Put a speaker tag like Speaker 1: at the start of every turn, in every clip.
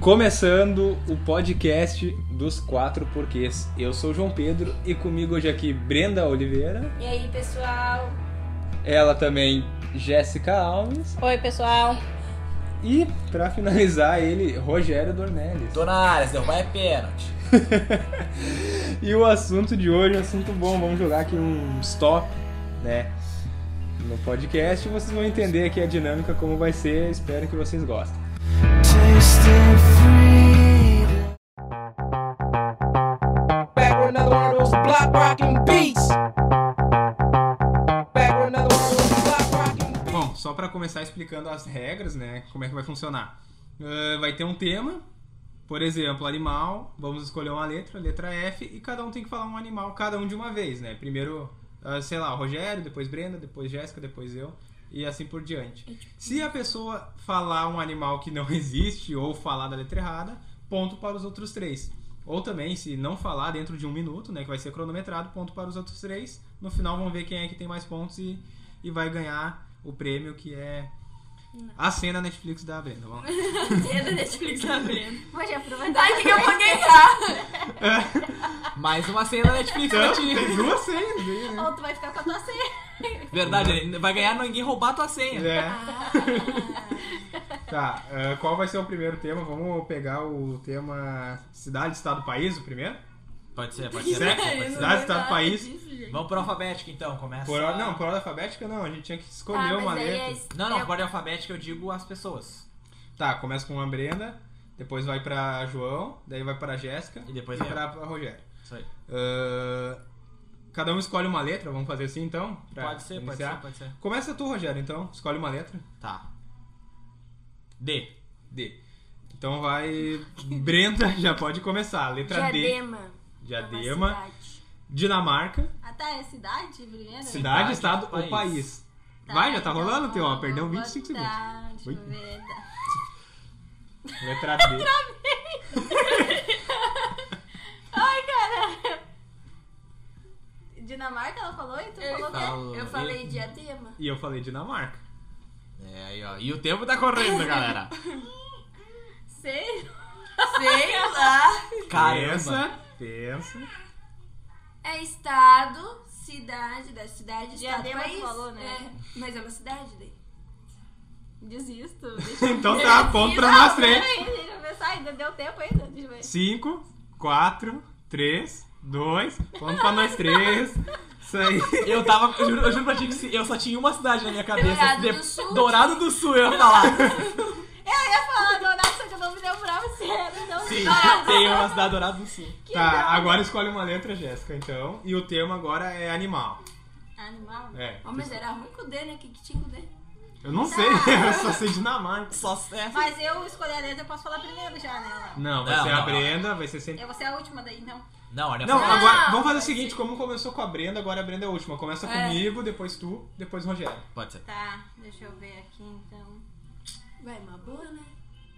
Speaker 1: Começando o podcast dos quatro porquês. Eu sou o João Pedro e comigo hoje aqui Brenda Oliveira,
Speaker 2: E aí, pessoal?
Speaker 1: ela também Jéssica Alves
Speaker 2: Oi, pessoal.
Speaker 1: e pra finalizar ele Rogério Dornelles.
Speaker 3: Tô na área, se derrubar é pênalti.
Speaker 1: E o assunto de hoje é um assunto bom, vamos jogar aqui um stop, né? No podcast vocês vão entender aqui a dinâmica como vai ser, espero que vocês gostem. Bom, só para começar explicando as regras, né? Como é que vai funcionar? Ah, vai ter um tema, por exemplo, animal. Vamos escolher uma letra, letra F, e cada um tem que falar um animal, cada um de uma vez, né? Primeiro, ah, sei lá, Rogério, depois Brenda, depois Jéssica, depois eu, e assim por diante. Se a pessoa falar um animal que não existe ou falar da letra errada, ponto para os outros três. Ou também, se não falar dentro de um minuto, né, que vai ser cronometrado, ponto para os outros três. No final, vão ver quem é que tem mais pontos e, e vai ganhar o prêmio que é a cena Netflix da Brenda. Vamos lá.
Speaker 4: da Netflix tá abrindo.
Speaker 2: Pode aproveitar.
Speaker 4: Ai, o que, que eu vou ganhar?
Speaker 3: Mais uma cena da Netflix
Speaker 1: Então,
Speaker 3: pra
Speaker 1: tem
Speaker 3: ti.
Speaker 1: duas senhas aí, né?
Speaker 2: Ó, tu vai ficar com a tua senha.
Speaker 3: Verdade, vai ganhar ninguém roubar tua senha.
Speaker 1: É. tá, ah, qual vai ser o primeiro tema? Vamos pegar o tema cidade, estado, país, o primeiro?
Speaker 3: Pode ser, pode ser.
Speaker 1: Certo.
Speaker 3: pode ser.
Speaker 1: Dá estado tá país.
Speaker 2: Tá,
Speaker 3: Vamos pro alfabético então, começa.
Speaker 1: Por ordem, não, por ordem alfabética não, a gente tinha que escolher
Speaker 2: Ah,
Speaker 1: uma
Speaker 2: mas aí
Speaker 1: letra.
Speaker 2: é...
Speaker 3: Não, não,
Speaker 2: é-
Speaker 3: por ordem alfabética eu digo as pessoas.
Speaker 1: Tá, começa com a Brenda, depois vai pra João, daí vai pra Jéssica
Speaker 3: E depois
Speaker 1: e
Speaker 3: eu.
Speaker 1: pra, pra Rogério.
Speaker 3: Isso aí.
Speaker 1: Ah, cada um escolhe uma letra, vamos fazer assim então? pra
Speaker 3: Pode ser, pode
Speaker 1: iniciar?
Speaker 3: ser, pode ser.
Speaker 1: Começa tu, Rogério, então, escolhe uma letra.
Speaker 3: Tá. D.
Speaker 1: D. Então vai. Brenda, já pode começar. Letra D.
Speaker 2: Diadema. É
Speaker 1: Diadema.
Speaker 2: uma cidade.
Speaker 1: Dinamarca.
Speaker 4: Ah tá, é cidade primeiro?
Speaker 1: Cidade,
Speaker 3: Cidade,
Speaker 1: estado ou
Speaker 3: país.
Speaker 1: país. Vai, já tá rolando, teu, ó. Perdeu 25
Speaker 4: Tá, deixa eu
Speaker 1: Ui.
Speaker 4: ver. tá.
Speaker 1: segundos. Letra D.
Speaker 4: Ai, cara. Dinamarca, ela falou? E tu
Speaker 2: Eu
Speaker 4: falou
Speaker 3: falo.
Speaker 4: que
Speaker 3: Falou.
Speaker 2: Eu falei diadema.
Speaker 1: E eu falei Dinamarca.
Speaker 3: É, aí, ó. E o tempo tá correndo, galera.
Speaker 4: Sei.
Speaker 2: Sei lá.
Speaker 3: Caramba.
Speaker 1: Pensa, pensa.
Speaker 2: É estado, cidade, da cidade, estado,
Speaker 4: Diadema tu
Speaker 2: país.
Speaker 4: falou, né?
Speaker 2: É, mas é uma cidade daí.
Speaker 4: Desisto. Deixa eu
Speaker 1: Então tá, ponto pra nós três.
Speaker 4: ver. Deixa eu pensar, ainda deu tempo ainda. Deixa eu ver.
Speaker 1: 5, 4, 3, 2. Ponto pra nós três. Isso aí.
Speaker 3: Eu tava, eu juro, eu juro pra ti que se- eu só tinha uma cidade na minha cabeça.
Speaker 2: Dourado
Speaker 3: De-
Speaker 2: do Sul.
Speaker 3: Dourado do Sul, eu ia falar.
Speaker 4: Eu ia falar, Donato, só que eu não me lembrava se era. Não,
Speaker 3: Sim, tem uma cidade Dourado do Sul.
Speaker 4: que
Speaker 1: Tá,
Speaker 4: não.
Speaker 1: agora escolhe uma letra, Jéssica, então. E o tema agora é animal.
Speaker 4: Animal?
Speaker 1: É.
Speaker 2: Ó, mas era ruim com o D, né? Que, que tinha com o D?
Speaker 4: É
Speaker 1: Eu não sei, eu só sei Dinamarca.
Speaker 3: Só é.
Speaker 4: Mas eu escolhi a letra, eu posso falar primeiro já, né? Laura?
Speaker 1: Não, vai
Speaker 3: Não,
Speaker 1: ser a
Speaker 3: não,
Speaker 1: Brenda, vai ser sempre.
Speaker 4: Eu vou ser a última daí, então.
Speaker 3: Não, olha
Speaker 1: Não, ah.
Speaker 3: só.
Speaker 1: agora vamos fazer o seguinte: como começou com a Brenda, agora a Brenda é a última. Começa
Speaker 2: É.
Speaker 1: comigo, depois tu, depois o Rogério.
Speaker 3: Pode ser.
Speaker 4: Tá, deixa eu ver aqui, então.
Speaker 2: Vai numa boa, né?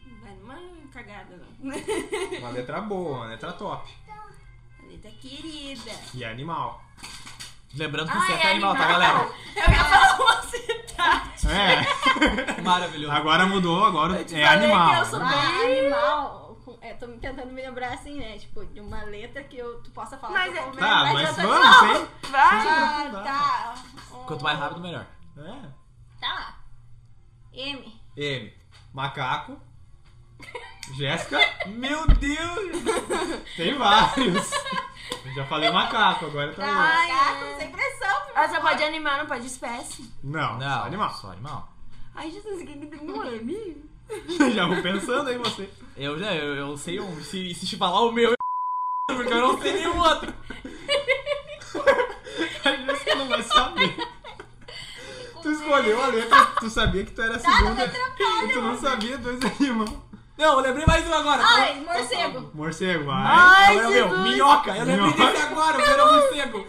Speaker 2: Não vai numa cagada, não.
Speaker 1: Uma letra boa, uma letra top.
Speaker 2: A letra querida.
Speaker 1: E é animal.
Speaker 3: Lembrando que
Speaker 2: Ah,
Speaker 3: o certo
Speaker 2: é
Speaker 3: é animal, tá,
Speaker 2: animal.
Speaker 3: galera?
Speaker 2: Eu ia falar uma cidade.
Speaker 1: É.
Speaker 3: Maravilhoso.
Speaker 1: Agora mudou, agora
Speaker 2: te
Speaker 1: é
Speaker 2: falei que
Speaker 1: animal.
Speaker 2: eu sou-
Speaker 4: Ah, animal. com- É, tô me tentando me lembrar assim, né? Tipo, de uma letra que eu, tu possa falar.
Speaker 2: Mas
Speaker 4: que eu
Speaker 2: é-
Speaker 4: vou me
Speaker 1: Tá,
Speaker 4: lembrar de
Speaker 1: mas
Speaker 4: outra-
Speaker 1: vamos, hein?
Speaker 2: Vai.
Speaker 4: Ah,
Speaker 1: Não dá.
Speaker 4: tá.
Speaker 3: Quanto mais rápido, melhor.
Speaker 1: É.
Speaker 4: Tá. M.
Speaker 1: M. Macaco. Jéssica.
Speaker 3: Meu Deus!
Speaker 1: Tem vários. Eu já falei macaco, agora tá. outro.
Speaker 4: Ai,
Speaker 2: é.
Speaker 4: sem pressão. por
Speaker 2: Ah, só
Speaker 4: favor.
Speaker 2: pode animar, não pode espécie.
Speaker 1: Não,
Speaker 3: Não,
Speaker 1: só animal.
Speaker 3: Só animal.
Speaker 2: Ai, Jesus, o que que tem um M?
Speaker 1: já vou pensando aí você.
Speaker 3: Eu já, eu, eu sei um. Se, se te falar o meu, eu- porque eu não sei nenhum outro.
Speaker 1: A Jéssica não vai saber. Tu tu escolheu a letra, tu sabia que tu era a
Speaker 4: Tá, não
Speaker 1: segunda
Speaker 4: me atrapalha,
Speaker 1: e tu não
Speaker 4: mano.
Speaker 1: sabia dois animais.
Speaker 3: Não, eu lembrei mais um agora.
Speaker 4: Ai,
Speaker 3: Então,
Speaker 4: morcego.
Speaker 1: Morcego,
Speaker 3: então,
Speaker 1: ai.
Speaker 4: Ai,
Speaker 3: agora é o meu.
Speaker 4: Jesus.
Speaker 3: Minhoca. Eu lembrei
Speaker 1: Minhoca.
Speaker 3: desse agora. O meu era morcego.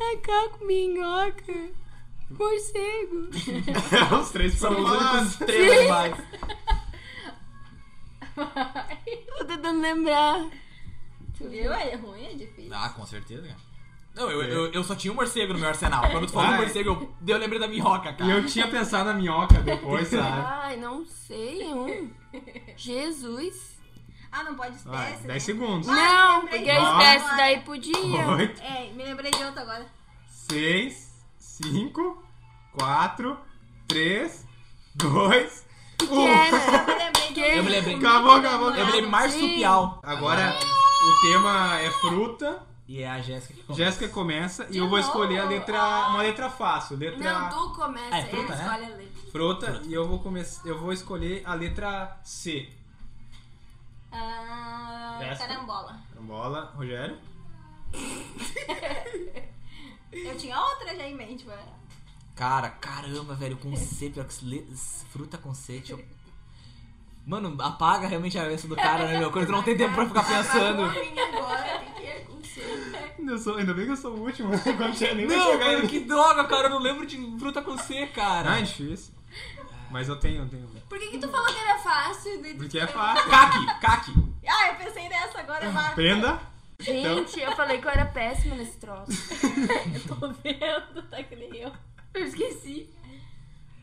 Speaker 4: É caco, minhoca, morcego.
Speaker 1: É, Os três
Speaker 3: São
Speaker 1: foram
Speaker 3: os únicos
Speaker 1: falados.
Speaker 3: três animais.
Speaker 5: Tô tentando lembrar.
Speaker 4: Tu viu? É ruim, é difícil.
Speaker 3: Ah, com certeza, cara. Não, eu, eu, eu só tinha um morcego no meu arsenal. Quando tu falou
Speaker 1: Ah, é.
Speaker 3: morcego, eu, daí eu lembrei da minhoca,
Speaker 1: E
Speaker 3: cara.
Speaker 1: eu tinha pensado na minhoca depois, sabe?
Speaker 5: Ai, não sei. Um. Jesus.
Speaker 4: Ah, não pode espécie,
Speaker 1: Vai,
Speaker 3: é
Speaker 4: né?
Speaker 1: 10 segundos.
Speaker 4: Vai.
Speaker 5: Não,
Speaker 4: lembrei.
Speaker 5: porque a
Speaker 1: Nossa.
Speaker 5: espécie daí podia.
Speaker 1: 8,
Speaker 4: É, me lembrei de outro agora.
Speaker 1: 6, 5, 4, 3, 2,
Speaker 5: Que
Speaker 3: é?
Speaker 1: 1.
Speaker 4: Eu
Speaker 5: era?
Speaker 4: me lembrei de
Speaker 5: Que-
Speaker 4: outro.
Speaker 3: Eu me lembrei.
Speaker 1: Acabou, acabou.
Speaker 3: Eu me lembrei marsupial.
Speaker 1: Agora o tema é fruta.
Speaker 3: E é a Jéssica que começa.
Speaker 1: Jéssica começa e
Speaker 5: De
Speaker 1: eu vou
Speaker 5: novo?
Speaker 1: escolher a letra,
Speaker 5: Ah.
Speaker 1: uma letra fácil,
Speaker 5: Não,
Speaker 1: letra
Speaker 5: tu começa.
Speaker 3: Ah, é fruta,
Speaker 5: ele
Speaker 3: né?
Speaker 5: escolhe a letra.
Speaker 1: fruta e eu vou começar, eu vou escolher a letra C.
Speaker 4: Ah,
Speaker 1: Essa?
Speaker 4: carambola.
Speaker 1: Bola, Rogério.
Speaker 4: Eu tinha outra já em mente, mano.
Speaker 3: Cara, caramba, velho, com C, pior que se lê- fruta com C, deixa eu- Mano, apaga realmente a cabeça do cara, né, meu? Quando tu não tem tempo pra ficar pensando.
Speaker 5: Acabou a minha agora, o que que é com você?
Speaker 1: Eu sou, ainda bem que eu sou o último, agora já nem vai
Speaker 3: Não,
Speaker 1: chegar
Speaker 3: cara,
Speaker 1: ainda.
Speaker 3: que droga, cara, eu não lembro de fruta com C,
Speaker 1: Ah, é
Speaker 3: cara.
Speaker 1: difícil. Mas eu tenho, eu tenho.
Speaker 5: Por que, que tu falou que era fácil? né? Daí tu
Speaker 1: Porque é
Speaker 5: escolheu-
Speaker 1: fácil.
Speaker 3: Caque, caque.
Speaker 4: Ah, eu pensei nessa agora, vá.
Speaker 1: Prenda.
Speaker 5: Gente, eu falei que eu era péssima nesse troço.
Speaker 4: Tô vendo, tá que nem eu.
Speaker 5: Eu esqueci.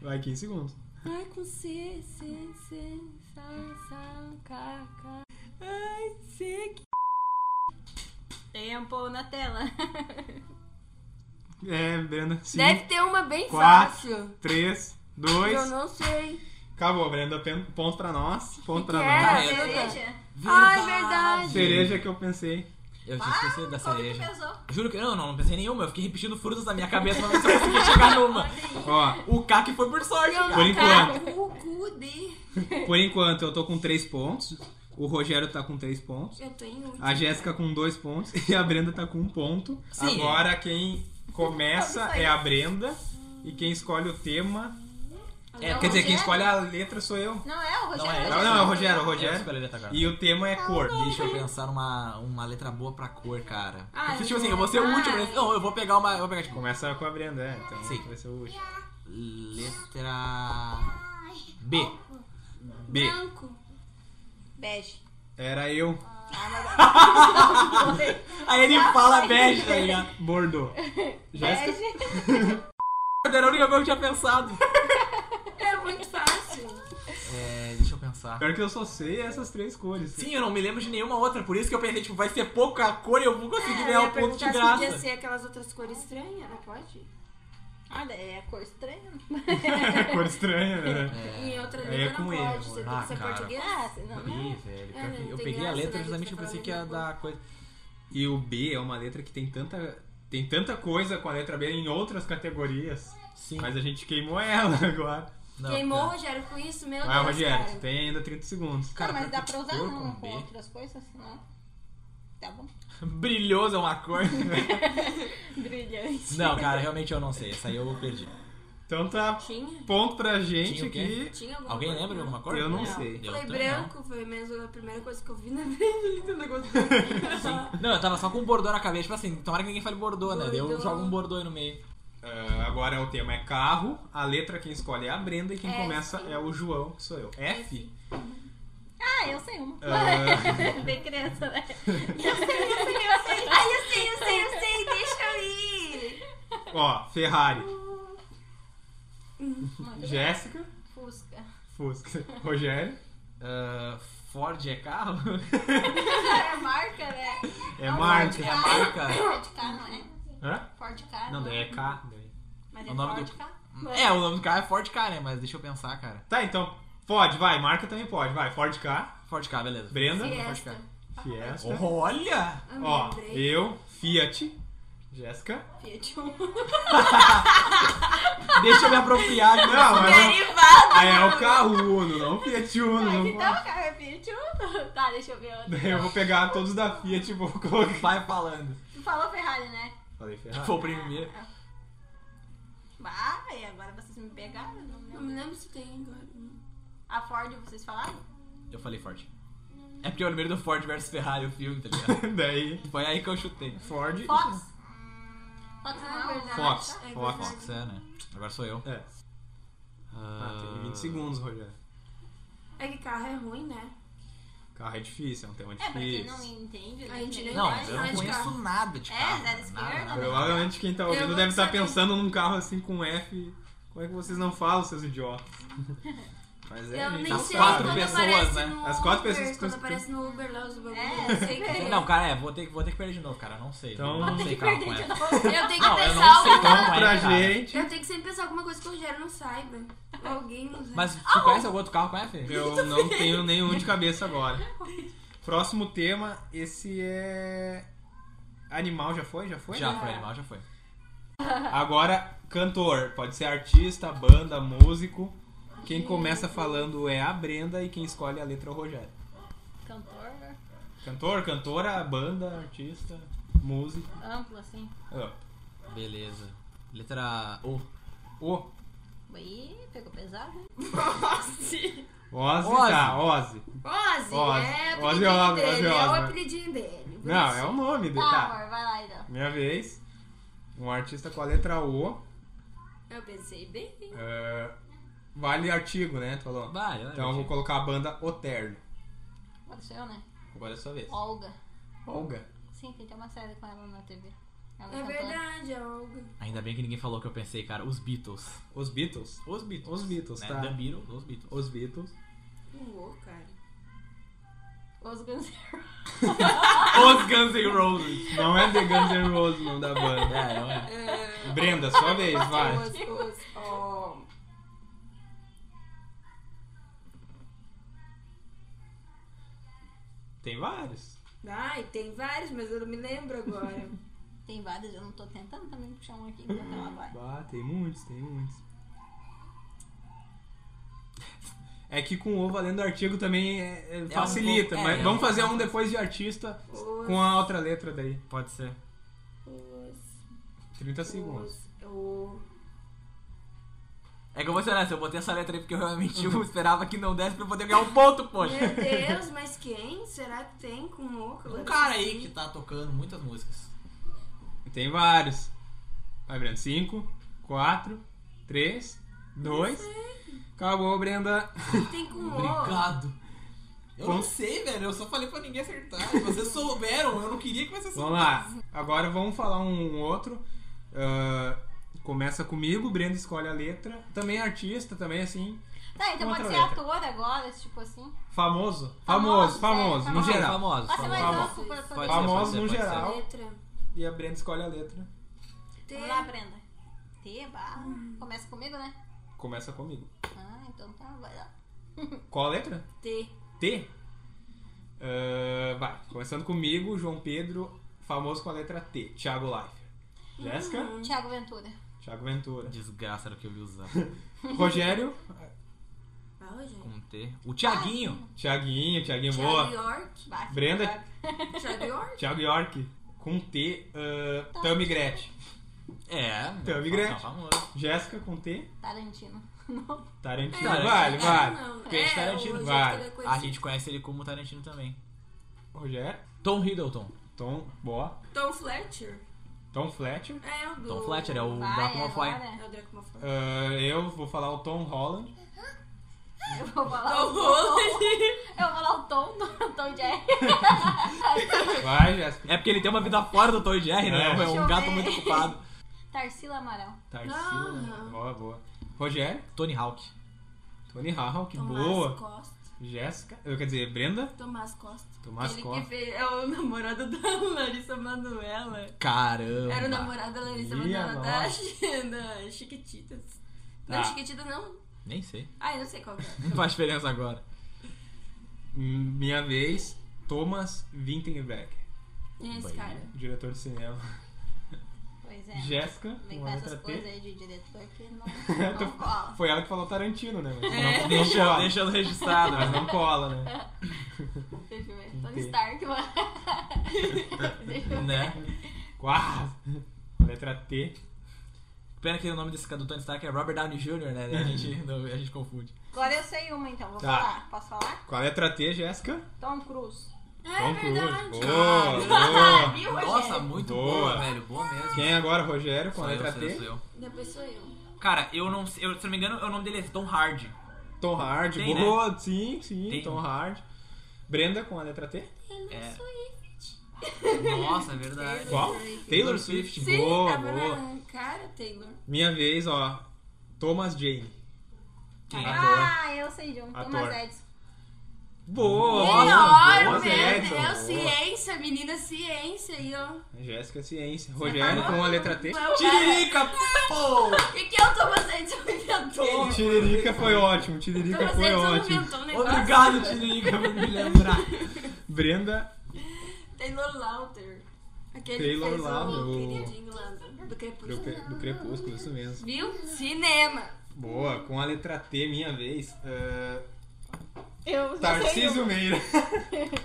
Speaker 1: Vai 15 segundos.
Speaker 5: Ai, com C, C, C, sa, sa, ca, ca. Ai, C, que...
Speaker 4: Tempo na tela.
Speaker 1: É, Brenda. 5,
Speaker 5: Deve ter uma bem
Speaker 1: quatro,
Speaker 5: fácil.
Speaker 1: 3,
Speaker 5: Eu
Speaker 1: 2.
Speaker 5: Né? não sei.
Speaker 1: Acabou, Brenda. pen- Ponto pra nós. Ponto
Speaker 5: Que
Speaker 1: pra
Speaker 5: que
Speaker 1: nós.
Speaker 5: era? né?
Speaker 3: Ah, eu-
Speaker 4: Cereja.
Speaker 5: Ai,
Speaker 3: é?
Speaker 5: verdade. Ah,
Speaker 1: Cereja que eu pensei.
Speaker 3: Eu tinha esquecido da
Speaker 5: é
Speaker 4: Qual que tu
Speaker 3: cereja.
Speaker 4: pensou?
Speaker 3: Juro que não, não, não pensei em nenhuma. Eu fiquei repetindo frutas na minha cabeça pra ver se eu conseguia chegar numa.
Speaker 1: Ó,
Speaker 3: O caque foi por sorte,
Speaker 5: Eu
Speaker 3: cara.
Speaker 1: Por
Speaker 5: não
Speaker 1: enquanto.
Speaker 5: cago o cu de...
Speaker 1: por enquanto eu tô com 3 pontos. O Rogério tá com 3 pontos.
Speaker 5: Eu tô em último.
Speaker 1: A Jéssica com 2 pontos. E a Brenda tá com 1 ponto.
Speaker 3: Sim.
Speaker 1: Agora quem começa é a Brenda. E quem escolhe o tema.
Speaker 3: É,
Speaker 1: Quer dizer, quem escolhe a letra sou eu.
Speaker 4: Não é o
Speaker 3: Não, é
Speaker 4: Rogério.
Speaker 3: eu.
Speaker 1: Não, não, é o Rogério, é o
Speaker 3: Eu
Speaker 1: Rogério.
Speaker 3: escolhi a letra agora.
Speaker 1: E o tema é cor.
Speaker 3: Deixa eu pensar uma, uma letra boa pra cor, cara.
Speaker 5: Ai,
Speaker 3: Porque, tipo assim, eu vou ser o
Speaker 5: ai.
Speaker 3: último. né? Não, eu vou pegar uma. Eu vou pegar, tipo,
Speaker 1: Começa com a Brenda, é. Então
Speaker 3: Sim.
Speaker 1: vai ser o último.
Speaker 3: letra. B.
Speaker 1: B.
Speaker 5: Branco.
Speaker 4: Bege.
Speaker 1: Era eu.
Speaker 3: Aí ele fala bege, tá ligado?
Speaker 1: Bordeaux. Jéssica.
Speaker 4: Bege.
Speaker 3: Era a única coisa que eu tinha pensado.
Speaker 5: É muito fácil.
Speaker 3: É, deixa eu pensar.
Speaker 1: Pior que eu só sei essas três cores.
Speaker 3: Sim, eu não me lembro de nenhuma outra, por isso que eu pensei, tipo, vai ser pouca cor e eu vou
Speaker 1: é
Speaker 5: É,
Speaker 3: conseguir
Speaker 5: Eu
Speaker 3: ganhar
Speaker 5: ia
Speaker 3: um ponto de
Speaker 5: perguntar se podia
Speaker 3: graça.
Speaker 5: ser aquelas outras cores estranhas, não pode?
Speaker 4: Olha, é a cor estranha.
Speaker 1: É cor estranha, né?
Speaker 5: Em outra
Speaker 1: É,
Speaker 5: língua
Speaker 1: com
Speaker 5: não
Speaker 1: erro.
Speaker 5: pode, você tem
Speaker 3: Ah,
Speaker 5: que ser
Speaker 3: cara.
Speaker 5: português.
Speaker 4: Ah, senão não.
Speaker 3: Ih, velho,
Speaker 5: É, não tem
Speaker 3: eu peguei a
Speaker 5: graça,
Speaker 3: letra
Speaker 5: né,
Speaker 3: justamente
Speaker 5: você
Speaker 3: porque eu
Speaker 5: falar
Speaker 3: pensei que ia
Speaker 5: a mesma
Speaker 3: dar coisa.
Speaker 1: E o B é uma letra que tem tanta. Tem tanta coisa com a letra B em outras categorias.
Speaker 3: Sim.
Speaker 1: Mas a gente queimou ela agora.
Speaker 3: Não,
Speaker 5: Queimou o
Speaker 3: tá.
Speaker 5: Rogério com isso, meu
Speaker 1: é. Vai,
Speaker 5: Deus,
Speaker 1: Rogério,
Speaker 5: cara.
Speaker 1: tu tem ainda 30 segundos.
Speaker 3: Cara,
Speaker 4: não, mas
Speaker 3: pra
Speaker 4: dá
Speaker 3: que
Speaker 4: pra usar
Speaker 3: cor
Speaker 4: não,
Speaker 3: com
Speaker 4: com
Speaker 3: B?
Speaker 4: outras coisas, não. Tá bom.
Speaker 3: Brilhoso é uma cor.
Speaker 4: Brilhante.
Speaker 3: não, cara, realmente eu não sei. Essa aí eu perdi.
Speaker 1: Então tá,
Speaker 5: Tinha?
Speaker 1: ponto pra gente
Speaker 3: Tinha o quê?
Speaker 1: aqui.
Speaker 5: Tinha alguma
Speaker 3: Alguém
Speaker 5: coisa?
Speaker 3: lembra de alguma cor?
Speaker 1: Eu não sei.
Speaker 3: Eu
Speaker 5: Foi
Speaker 3: também
Speaker 5: branco, foi mesmo a primeira coisa que eu vi na frente do negócio. Sim.
Speaker 3: Não, eu tava só com um bordô na cabeça, tipo assim, tomara que ninguém fale bordô, né? Daí eu
Speaker 5: Bordô.
Speaker 3: jogo um bordô aí no meio.
Speaker 1: Ah, agora o tema é carro. A letra quem escolhe é a Brenda e quem
Speaker 5: F.
Speaker 1: começa é o João, que sou eu.
Speaker 4: É,
Speaker 1: F?
Speaker 4: Ah, eu sei uma.
Speaker 1: Ah,
Speaker 4: Bem criança, né?
Speaker 5: Ai, eu sei, eu sei, eu sei, deixa eu ir.
Speaker 1: ó, Ferrari. Jéssica.
Speaker 4: Fusca.
Speaker 1: Fusca. Rogério.
Speaker 3: Ah, Ford é carro?
Speaker 4: É a marca, né?
Speaker 1: É marca.
Speaker 3: É a marca.
Speaker 4: Ford K, não é?
Speaker 1: Hã?
Speaker 4: Ford K.
Speaker 1: Não, daí é K. daí.
Speaker 4: Mas
Speaker 3: O
Speaker 4: é
Speaker 3: nome
Speaker 4: Ford
Speaker 3: do-
Speaker 4: K.
Speaker 3: É, o nome do carro é Ford K, né? Mas deixa eu pensar, cara.
Speaker 1: Tá, então. Pode, vai. Marca também pode. Vai. Ford K.
Speaker 3: Ford K, beleza.
Speaker 1: Brenda.
Speaker 5: Fiesta.
Speaker 1: Fiesta.
Speaker 3: Olha!
Speaker 1: Ó,
Speaker 5: Ah, Lembrei.
Speaker 1: eu, Fiat. Jéssica.
Speaker 3: É.
Speaker 4: Fiat um. Uno.
Speaker 3: Deixa eu me apropriar. aqui.
Speaker 1: Não, mas não-
Speaker 5: Derivado.
Speaker 1: aí é o carro Uno, não o Fiat Uno.
Speaker 4: Ai,
Speaker 1: Não
Speaker 4: que tal,
Speaker 1: pode.
Speaker 4: cara? É Fiat Uno. Tá, deixa eu ver outra.
Speaker 1: Daí eu vou pegar todos da Fiat e vou colocar.
Speaker 3: Vai um falando.
Speaker 4: Tu falou Ferrari, né?
Speaker 1: Falei ferrado.
Speaker 3: Foi o primeiro.
Speaker 4: Ah, e agora vocês me pegaram? Não
Speaker 5: Não me
Speaker 4: lembro.
Speaker 5: lembro se tem agora.
Speaker 4: A Ford, vocês falaram?
Speaker 3: Eu falei Ford. É porque eu lembrei do Ford versus Ferrari, o filme, tá ligado?
Speaker 1: Daí,
Speaker 3: Foi aí que eu chutei.
Speaker 1: Ford.
Speaker 4: Fox?
Speaker 5: Fox
Speaker 4: Ah,
Speaker 5: não,
Speaker 4: verdade.
Speaker 1: Fox.
Speaker 5: É
Speaker 1: Fox.
Speaker 5: verdade.
Speaker 3: Fox é, né? Agora sou eu.
Speaker 1: É. Ah, tem 20 segundos, Rogério.
Speaker 5: É que carro é ruim, né?
Speaker 1: Carro é difícil, é um tema
Speaker 4: É, pra quem não
Speaker 1: difícil.
Speaker 4: entende, né?
Speaker 5: A gente nem
Speaker 3: Não,
Speaker 5: Vai,
Speaker 3: eu
Speaker 5: vai
Speaker 3: não
Speaker 5: de
Speaker 3: conheço
Speaker 5: carro.
Speaker 3: nada de
Speaker 4: É,
Speaker 3: carro.
Speaker 4: zero esquerda,
Speaker 3: nada, nada.
Speaker 4: né?
Speaker 1: Provavelmente quem tá ouvindo
Speaker 5: vou
Speaker 1: deve estar
Speaker 5: saber.
Speaker 1: pensando num carro assim com F. Como é que vocês não falam, seus idiotas? Mas é,
Speaker 5: Eu
Speaker 1: gente,
Speaker 5: nem
Speaker 1: não
Speaker 3: as
Speaker 5: sei
Speaker 1: sabe.
Speaker 3: quatro
Speaker 5: quando
Speaker 3: pessoas,
Speaker 5: aparece
Speaker 3: né?
Speaker 5: no
Speaker 1: As quatro
Speaker 5: Uber,
Speaker 1: pessoas que
Speaker 5: Quando
Speaker 1: estão
Speaker 5: aparece no Uber lá os bagulhos.
Speaker 4: É, eu sei que é.
Speaker 3: Não, cara, é, vou ter, que- vou ter que perder de novo, cara. Não sei.
Speaker 1: Então-
Speaker 3: não
Speaker 1: Vou
Speaker 3: sei
Speaker 4: Tem que
Speaker 3: carro
Speaker 4: perder
Speaker 3: qual
Speaker 4: de
Speaker 3: é.
Speaker 4: novo.
Speaker 5: Eu tenho que
Speaker 3: Não, eu
Speaker 5: pensar
Speaker 3: não sei
Speaker 5: alguma-
Speaker 3: como é,
Speaker 1: Pra
Speaker 3: cara.
Speaker 1: gente.
Speaker 5: Eu tenho que sempre pensar alguma coisa que o Rogério não saiba. Alguém não saiba.
Speaker 3: Mas
Speaker 4: Ah,
Speaker 3: tu conhece algum outro carro com F?
Speaker 1: Eu não tenho nenhum de cabeça agora. Próximo tema, esse é. Animal já foi? Já foi?
Speaker 3: Já foi animal, já foi.
Speaker 1: Agora, cantor. Pode ser artista, banda, músico. Quem começa falando é a Brenda e quem escolhe a letra é o Rogério.
Speaker 4: Cantor
Speaker 1: Cantor, cantora, banda, artista, músico.
Speaker 4: amplo, assim.
Speaker 1: Ah,
Speaker 3: Beleza. Letra O.
Speaker 1: O.
Speaker 4: Ih, pegou pesado, hein?
Speaker 1: Ozzy,
Speaker 3: Ozzy.
Speaker 1: tá, Ozzy.
Speaker 5: Ozzy,
Speaker 1: Ozzy.
Speaker 5: é o
Speaker 1: Ozzy
Speaker 5: apelidinho
Speaker 1: Osbourne,
Speaker 5: dele.
Speaker 1: Ozzy
Speaker 5: É o
Speaker 1: Osbourne.
Speaker 5: apelidinho dele. por
Speaker 1: Não,
Speaker 5: isso.
Speaker 1: é o nome dele.
Speaker 4: Tá,
Speaker 1: Tá,
Speaker 4: amor, vai lá então.
Speaker 1: minha vez. Um artista com a letra O.
Speaker 5: Eu pensei bem.
Speaker 1: Ah, vale artigo, né? Tu falou.
Speaker 3: Vale, vale.
Speaker 1: Então eu vou colocar a banda O Terno.
Speaker 4: Pode ser eu, né?
Speaker 1: Agora é a sua vez.
Speaker 4: Olga.
Speaker 1: Olga.
Speaker 4: Sim, tem que ter uma série com ela na TV. Ela
Speaker 5: É
Speaker 4: cantora.
Speaker 5: verdade, é Olga.
Speaker 3: Ainda bem que ninguém falou o que eu pensei, cara. Os Beatles.
Speaker 1: Os Beatles.
Speaker 3: Os Beatles.
Speaker 1: Os Beatles,
Speaker 3: né?
Speaker 1: tá.
Speaker 3: The Beatles, os Beatles.
Speaker 1: Os Beatles.
Speaker 5: Uou, cara.
Speaker 4: Os Guns N' Roses.
Speaker 3: Os Guns N' Roses.
Speaker 1: Não é The Guns N' Roses o nome da banda.
Speaker 3: É, não é.
Speaker 5: É,
Speaker 1: Brenda, sua vez, vai.
Speaker 5: os, os, ó.
Speaker 1: Tem vários.
Speaker 5: Ai, tem vários, mas eu não me lembro agora.
Speaker 4: Tem várias, eu não tô tentando também puxar um aqui enquanto ela vai.
Speaker 1: Ah, tem muitos, tem muitos. É que com o valendo artigo também é- é-
Speaker 3: um
Speaker 1: facilita,
Speaker 3: pouco- é,
Speaker 1: mas
Speaker 3: é
Speaker 1: vamos
Speaker 3: um-
Speaker 1: fazer um depois de artista
Speaker 5: Os,
Speaker 1: com a outra letra daí.
Speaker 3: Pode ser.
Speaker 5: os,
Speaker 1: 30 segundos.
Speaker 5: os, o-
Speaker 3: É que eu vou ser honesto, eu botei essa letra aí porque eu realmente eu esperava que não desse pra eu poder ganhar um ponto, poxa.
Speaker 5: Meu Deus, mas quem? Será que tem com o
Speaker 3: Um cara aí que tá tocando muitas músicas.
Speaker 1: Tem vários. Vai, Brenda. 5, 4, 3, 2. Acabou, Brenda.
Speaker 5: Tem com o
Speaker 3: Obrigado. Eu
Speaker 1: Bom.
Speaker 3: não sei, velho. Eu só falei pra ninguém acertar. Vocês souberam, eu não queria que vocês
Speaker 1: Vamos
Speaker 3: soubessem.
Speaker 1: lá. Agora vamos falar um outro. Ah, começa comigo, Brenda escolhe a letra. Também é artista, também assim.
Speaker 4: Tá, então
Speaker 1: Outra
Speaker 4: pode ser
Speaker 1: letra.
Speaker 4: ator agora, tipo assim.
Speaker 1: Famoso. Famoso,
Speaker 4: Famoso,
Speaker 1: famoso,
Speaker 4: é,
Speaker 1: no
Speaker 4: famoso.
Speaker 1: geral.
Speaker 3: Famosos,
Speaker 4: Pode ser mais
Speaker 1: Famoso.
Speaker 4: amplo pra
Speaker 3: Pode
Speaker 4: poder.
Speaker 3: ser,
Speaker 1: Famoso
Speaker 3: pode
Speaker 1: no
Speaker 3: ser, pode
Speaker 1: geral.
Speaker 5: letra.
Speaker 1: E a Brenda escolhe a letra.
Speaker 5: T.
Speaker 4: Vamos lá, Brenda. T barra.
Speaker 5: Hum.
Speaker 4: Começa comigo, né?
Speaker 1: Começa comigo.
Speaker 4: Ah, então tá, vai lá.
Speaker 1: Qual a letra?
Speaker 5: T.
Speaker 1: T. Ah, vai. Começando comigo, João Pedro, famoso com a letra T. Thiago Leifert. Jéssica?
Speaker 3: Ah.
Speaker 4: Tiago Ventura.
Speaker 1: Thiago Ventura.
Speaker 3: Desgraça era o que eu ia usar.
Speaker 1: Rogério?
Speaker 5: Vai, Rogério.
Speaker 3: Com T. O Tiaguinho.
Speaker 1: Tiaguinho, Tiaguinho,
Speaker 5: Thiago
Speaker 1: boa.
Speaker 5: York.
Speaker 4: Bate,
Speaker 1: Brenda?
Speaker 4: bate.
Speaker 5: Thiago York.
Speaker 1: Thiago York. Com T. ah, Tami Gretchen.
Speaker 3: É.
Speaker 1: Tami
Speaker 3: meu,
Speaker 1: Gretchen.
Speaker 3: tá famoso.
Speaker 1: Jéssica com T.
Speaker 4: Tarantino. Não.
Speaker 1: Tarantino.
Speaker 3: Tarantino.
Speaker 1: Vale, vale.
Speaker 5: Não, não.
Speaker 3: Quem é
Speaker 5: É,
Speaker 3: Tarantino?
Speaker 5: o jeito
Speaker 1: Vai.
Speaker 5: que ele é conhecido.
Speaker 3: A gente conhece ele como Tarantino também.
Speaker 1: Rogério.
Speaker 3: Tom Hiddleston.
Speaker 1: Tom. Boa.
Speaker 5: Tom Fletcher.
Speaker 1: Tom Fletcher.
Speaker 5: É o do...
Speaker 3: Tom Fletcher é o
Speaker 4: Vai,
Speaker 3: Draco Malfoy.
Speaker 4: agora.
Speaker 5: É o Draco Malfoy.
Speaker 1: Ah, eu vou falar o Tom Holland.
Speaker 4: Eu vou falar
Speaker 5: Tom
Speaker 4: o Tom.
Speaker 5: Holland.
Speaker 4: Eu vou falar o Tom do Tom Jerry.
Speaker 1: Vai, Jéssica.
Speaker 3: É porque ele tem uma vida fora do Tom e Jerry, né?
Speaker 1: É.
Speaker 3: É
Speaker 4: Deixa
Speaker 3: um
Speaker 4: eu
Speaker 3: gato
Speaker 4: ver.
Speaker 3: muito ocupado.
Speaker 4: Tarsila Amaral.
Speaker 1: Tarsila. né? Boa, boa. Rogério.
Speaker 3: Tony Hawk.
Speaker 1: Tony Hawk.
Speaker 5: Tomás
Speaker 1: Boa.
Speaker 5: Costa.
Speaker 1: Jéssica. Eu quer dizer, Brenda.
Speaker 5: Tomás Costa.
Speaker 1: Tomás
Speaker 5: ele
Speaker 1: Costa.
Speaker 5: que fez... É o namorado da Larissa Manoela.
Speaker 3: Então Caramba.
Speaker 5: Era o namorado da Larissa
Speaker 1: Ih,
Speaker 5: Manoela da,
Speaker 1: nossa.
Speaker 5: da Chiquititas.
Speaker 1: Tá.
Speaker 5: Não, Chiquititas não.
Speaker 3: Nem sei.
Speaker 5: Ai, não sei qual que é.
Speaker 3: Não faz diferença agora.
Speaker 1: Hum, Minha vez. Thomas Vinterbeck.
Speaker 5: Quem é esse
Speaker 3: Bahia.
Speaker 5: cara?
Speaker 1: Diretor de cinema.
Speaker 4: Pois é.
Speaker 1: Jéssica.
Speaker 4: Vem
Speaker 1: Com
Speaker 4: com
Speaker 1: a
Speaker 4: essas
Speaker 1: letra
Speaker 4: coisas
Speaker 1: T.
Speaker 4: aí de diretor que não,
Speaker 1: Eu tô-
Speaker 4: não cola.
Speaker 1: Foi ela que falou Tarantino, né?
Speaker 4: É.
Speaker 3: É.
Speaker 1: Mas não, não
Speaker 3: Deixa,
Speaker 1: cola.
Speaker 3: deixando registrado.
Speaker 1: Mas não cola, né?
Speaker 4: Deixa eu ver.
Speaker 1: Entendi.
Speaker 4: Tony Stark, mano. Deixa eu ver.
Speaker 3: né?
Speaker 1: Quase. Letra T.
Speaker 3: Pena que o nome desse cara do Tony Stark é Robert Downey Jr., né? A gente,
Speaker 1: Uhum.
Speaker 3: não- a gente confunde.
Speaker 4: Agora eu sei uma então, vou
Speaker 1: Tá.
Speaker 4: falar. Posso falar?
Speaker 1: Com a letra T, Jéssica.
Speaker 4: Tom Cruise.
Speaker 1: Tom
Speaker 5: É
Speaker 1: Cruise.
Speaker 5: verdade.
Speaker 3: Ah,
Speaker 1: Boa, boa.
Speaker 4: Viu, Rogério?
Speaker 3: Nossa, muito boa,
Speaker 1: Boa.
Speaker 3: velho. Boa mesmo.
Speaker 1: Quem é agora, Rogério, com
Speaker 3: Sou
Speaker 1: a
Speaker 3: eu,
Speaker 1: letra
Speaker 3: sou
Speaker 1: T?
Speaker 3: eu, sou eu.
Speaker 5: Depois sou eu.
Speaker 3: Cara, eu não sei, eu, se não me engano, o nome dele é Tom Hardy.
Speaker 1: Tom Hard.
Speaker 3: Tem, né?
Speaker 1: boa, sim, sim,
Speaker 3: Tem.
Speaker 1: Tom Hard. Brenda com a letra T.
Speaker 3: É. Nossa, é verdade.
Speaker 1: Qual? Taylor
Speaker 3: Taylor
Speaker 1: Swift.
Speaker 5: Sim, tá
Speaker 1: Boa,
Speaker 5: tava
Speaker 1: boa.
Speaker 5: na cara, Taylor.
Speaker 1: Minha vez, ó. Thomas Jane.
Speaker 3: Quem? é?
Speaker 4: Ah, eu sei de um.
Speaker 1: Ator.
Speaker 4: Thomas Edison.
Speaker 1: Boa!
Speaker 5: Melhor, meu
Speaker 1: Thomas Edison,
Speaker 5: Deus. é
Speaker 1: boa.
Speaker 5: Ciência, menina, ciência. E eu...
Speaker 1: Jéssica Ciência. Rogério com a letra T.
Speaker 5: Não,
Speaker 3: Tiririca, pô!
Speaker 5: E que é o Thomas Edison inventou?
Speaker 1: Tiririca foi ótimo, Tiririca
Speaker 5: Thomas
Speaker 1: foi
Speaker 5: Edison
Speaker 1: ótimo.
Speaker 5: inventou um negócio.
Speaker 3: Obrigado, Tiririca, por me lembrar.
Speaker 1: Brenda,
Speaker 5: Taylor Lauter. Aquele
Speaker 1: Taylor
Speaker 5: que fez
Speaker 1: Lautner,
Speaker 5: o
Speaker 1: o-
Speaker 5: Queridinho Irlanda, do
Speaker 1: do,
Speaker 5: Crepúsculo.
Speaker 1: Cre- do Crepúsculo, isso mesmo.
Speaker 5: Viu? Cinema.
Speaker 1: Boa, com a letra T, minha vez. Ah,
Speaker 4: Eu já sei de
Speaker 1: Tarcísio
Speaker 4: um.
Speaker 1: Meira.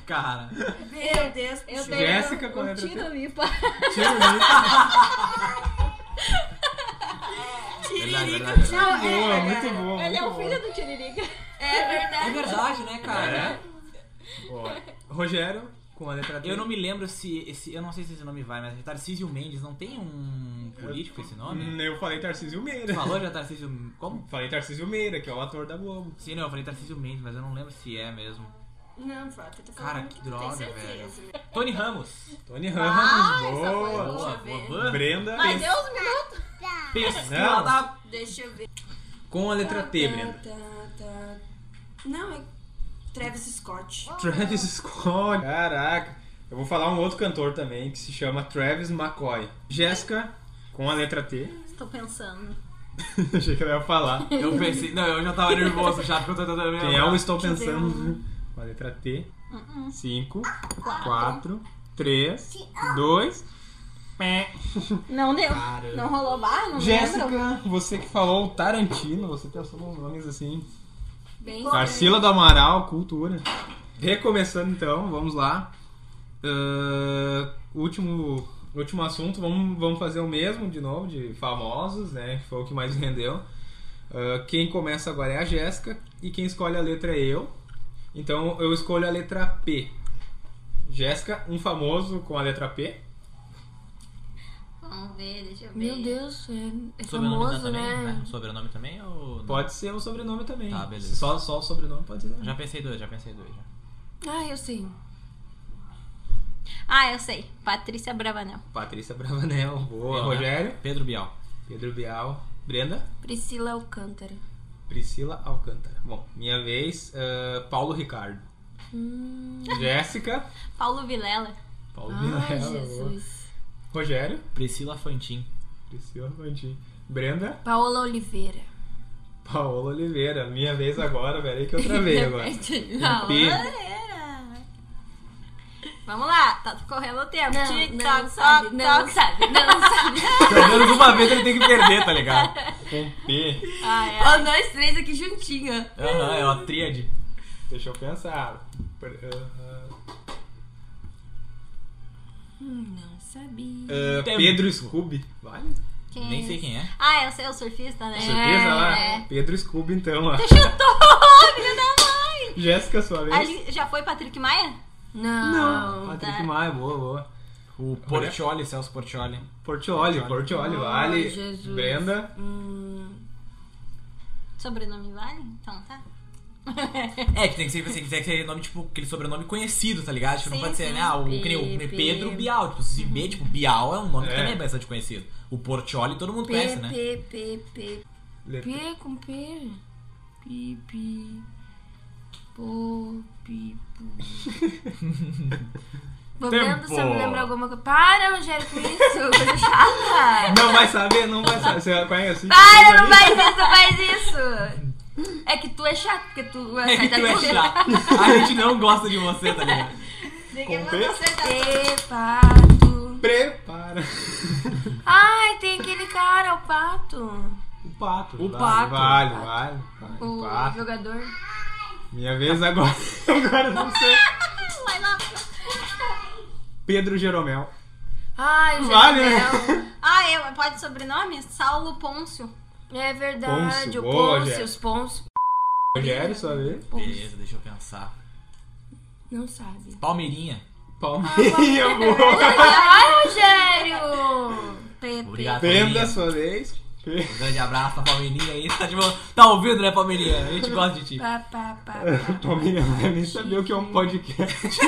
Speaker 3: Cara,
Speaker 5: Meu Deus.
Speaker 4: Eu
Speaker 5: Eu
Speaker 4: tenho
Speaker 1: Jéssica com a
Speaker 4: um
Speaker 1: letra T.
Speaker 4: tiro me pa-
Speaker 1: Tiro Meira.
Speaker 5: Tiririca.
Speaker 3: verdade, verdade.
Speaker 5: Não,
Speaker 1: Boa,
Speaker 5: é,
Speaker 1: muito
Speaker 5: cara.
Speaker 1: bom.
Speaker 4: Ele é
Speaker 1: muito
Speaker 4: o
Speaker 1: bom.
Speaker 4: filho do Tiririca.
Speaker 5: É
Speaker 3: É
Speaker 5: verdade.
Speaker 3: verdade, né,
Speaker 1: É.
Speaker 3: cara?
Speaker 1: Ó, Rogério, com a letra T.
Speaker 3: Eu não me lembro se esse. Eu não sei se esse nome vai, mas Tarcísio Mendes não tem um político com esse nome?
Speaker 1: Hum, Eu falei Tarcísio Meira.
Speaker 3: né? Falou já Tarcísio. Como?
Speaker 1: Falei Tarcísio Meira, que é o ator da Globo.
Speaker 3: Sim, não, eu falei Tarcísio Mendes, mas eu não lembro se é mesmo.
Speaker 5: Não, Frota, eu tô
Speaker 3: Cara,
Speaker 5: falando
Speaker 3: que
Speaker 5: tu tem
Speaker 3: droga,
Speaker 5: certeza.
Speaker 3: Tony Ramos.
Speaker 1: Tony
Speaker 4: Ah,
Speaker 1: Ramos,
Speaker 5: essa foi
Speaker 1: boa.
Speaker 5: boa.
Speaker 3: Boa, boa, boa.
Speaker 1: Brenda,
Speaker 4: Mas Deus me minutos.
Speaker 3: Pesquisa da.
Speaker 5: Deixa eu ver.
Speaker 1: com a letra T,
Speaker 5: Tá,
Speaker 1: Brenda.
Speaker 5: tá, tá. Não, é Travis Scott.
Speaker 1: Travis Scott. Caraca. Eu vou falar um outro cantor também que se chama Travis McCoy. Jéssica, com a letra T.
Speaker 4: Estou pensando.
Speaker 1: Achei que ela ia falar.
Speaker 3: Eu pensei. Não, eu já tava nervoso já, porque eu tô tentando lembrar.
Speaker 1: Quem é o Estou
Speaker 5: Deixa eu ver
Speaker 1: Pensando? Com a letra T.
Speaker 4: Uh-uh.
Speaker 1: 5, 4, 3, 2.
Speaker 4: Não deu.
Speaker 3: Cara.
Speaker 4: Não rolou bar? Não lembro.
Speaker 1: Jéssica, você que falou o Tarantino, você pensou nos nomes assim.
Speaker 5: Bem
Speaker 1: Tarsila do Amaral, cultura. Recomeçando então, vamos lá. Ah, último, último assunto, vamos, vamos fazer o mesmo de novo, de famosos, né? Que foi o que mais rendeu. Ah, quem começa agora é a Jéssica e quem escolhe a letra é eu. Então eu escolho a letra P. Jéssica, um famoso com a letra P.
Speaker 4: Vamos ver, deixa eu ver.
Speaker 5: Meu Deus, é, é
Speaker 3: Sobrenome
Speaker 5: famoso,
Speaker 3: também?
Speaker 5: né?
Speaker 3: Vai, Sobrenome também ou.
Speaker 1: Pode ser o sobrenome também.
Speaker 3: Tá, beleza.
Speaker 1: Só, só o sobrenome pode ser.
Speaker 3: Já pensei dois, já pensei dois. Já.
Speaker 5: Ah, eu sei.
Speaker 4: Ah, eu sei. Patrícia Bravanel.
Speaker 1: Patrícia Bravanel, boa.
Speaker 3: Bial, né?
Speaker 1: Rogério,
Speaker 3: Pedro Bial.
Speaker 1: Pedro Bial, Brenda.
Speaker 5: Priscila Alcântara.
Speaker 1: Priscila Alcântara. Bom, minha vez, ah, Paulo Ricardo. Jéssica.
Speaker 4: Paulo Vilela.
Speaker 1: Paulo
Speaker 5: Ai,
Speaker 1: Vilela.
Speaker 5: Jesus.
Speaker 1: Rogério.
Speaker 3: Priscila Fantin.
Speaker 1: Priscila Fantin. Brenda.
Speaker 5: Paola Oliveira.
Speaker 1: Paola Oliveira. Minha vez agora, peraí que eu travei agora.
Speaker 4: Não,
Speaker 1: P.
Speaker 4: Ah, era. Vamos lá, tá correndo o tempo.
Speaker 5: Não,
Speaker 4: Tic,
Speaker 5: não
Speaker 4: toc,
Speaker 5: sabe,
Speaker 4: toc,
Speaker 5: não
Speaker 4: toc, sabe. Não sabe.
Speaker 3: Pelo menos uma vez ele tem que perder, tá ligado?
Speaker 1: Com P.
Speaker 4: Ah, é.
Speaker 5: Ó, nós três aqui juntinho. ó.
Speaker 3: Aham, é uma tríade.
Speaker 1: Deixa eu pensar. Per- ah,
Speaker 5: Hum, não sabia.
Speaker 1: ah,
Speaker 3: Tem-
Speaker 1: Pedro Scooby. Vale?
Speaker 4: Quem
Speaker 3: Nem
Speaker 4: é
Speaker 3: sei
Speaker 4: esse?
Speaker 3: quem é.
Speaker 4: Ah, eu sei, o surfista, né?
Speaker 1: Surpresa lá?
Speaker 4: É.
Speaker 1: Pedro Scooby, então. Ó.
Speaker 4: Chutou, filho da mãe!
Speaker 1: Jéssica, sua vez.
Speaker 4: Ali, já foi Patrick Maia?
Speaker 5: Não.
Speaker 1: Patrick
Speaker 4: tá.
Speaker 1: Maia, boa, boa.
Speaker 3: O é Portioli, Celso Portioli.
Speaker 1: Portioli, Portioli, vale.
Speaker 5: Jesus.
Speaker 1: Brenda.
Speaker 5: Hum,
Speaker 4: Sobrenome vale? Então tá.
Speaker 3: É, que tem que ser, você quiser que seja nome, tipo, aquele sobrenome conhecido, tá ligado? Tipo, não
Speaker 4: Sim,
Speaker 3: pode ser,
Speaker 4: sim. Uhum.
Speaker 3: né? Ah, o, que nem o
Speaker 5: Pe-
Speaker 3: Pedro
Speaker 5: Pe-
Speaker 3: Bial. Tipo, se B, tipo, Bial é um nome
Speaker 1: É.
Speaker 3: que também é bastante conhecido. O Portioli todo mundo
Speaker 5: P,
Speaker 3: conhece, né?
Speaker 5: P, P, P.
Speaker 1: Letra.
Speaker 5: P com P. Pi, pi. Pô, pi, pu. Vou vendo se eu me
Speaker 3: Tempo.
Speaker 5: lembro alguma coisa. Para, Rogério, com isso. Coisa chata.
Speaker 1: Não vai saber, não vai saber. Você conhece?
Speaker 5: Para, não faz isso, não faz isso. É que tu é chato, porque tu
Speaker 3: É que
Speaker 5: acerta
Speaker 3: tu é
Speaker 5: tudo.
Speaker 3: chato. A gente não gosta de você, tá ligado?
Speaker 4: Ninguém
Speaker 1: Com
Speaker 4: mandou
Speaker 1: P?
Speaker 4: acertar.
Speaker 5: P, pato.
Speaker 1: Prepara.
Speaker 5: Ai, tem aquele cara, é o pato.
Speaker 1: O pato.
Speaker 3: O
Speaker 1: vale,
Speaker 3: pato.
Speaker 1: Vale, vale. vale,
Speaker 5: O
Speaker 1: pato.
Speaker 5: jogador.
Speaker 1: Minha vez agora. agora não sei.
Speaker 4: Vai lá.
Speaker 1: Pedro Jeromel.
Speaker 4: Ai, o
Speaker 1: Vale, né?
Speaker 4: Jeromel. Ah, eu, pode sobrenome? Saulo Pôncio.
Speaker 5: É verdade,
Speaker 1: Pôncio,
Speaker 5: o
Speaker 1: boa,
Speaker 5: Pôncio,
Speaker 1: Jéssica.
Speaker 5: os Pôncio.
Speaker 1: Rogério, sua vez.
Speaker 3: Beleza, deixa eu pensar.
Speaker 5: Não sabe.
Speaker 3: Palmeirinha.
Speaker 1: Palmeirinha, boa.
Speaker 5: Ai, Rogério!
Speaker 4: Pepe.
Speaker 3: Obrigado,
Speaker 1: Penda,
Speaker 3: Palmeirinha.
Speaker 1: sua vez.
Speaker 3: Um grande abraço pra Palmeirinha aí. Tá, de boa. tá ouvindo, né, Palmeirinha? A gente gosta de ti.
Speaker 5: Pá, pá, pá, pá.
Speaker 1: Palmeirinha não vai nem saber o que é um podcast.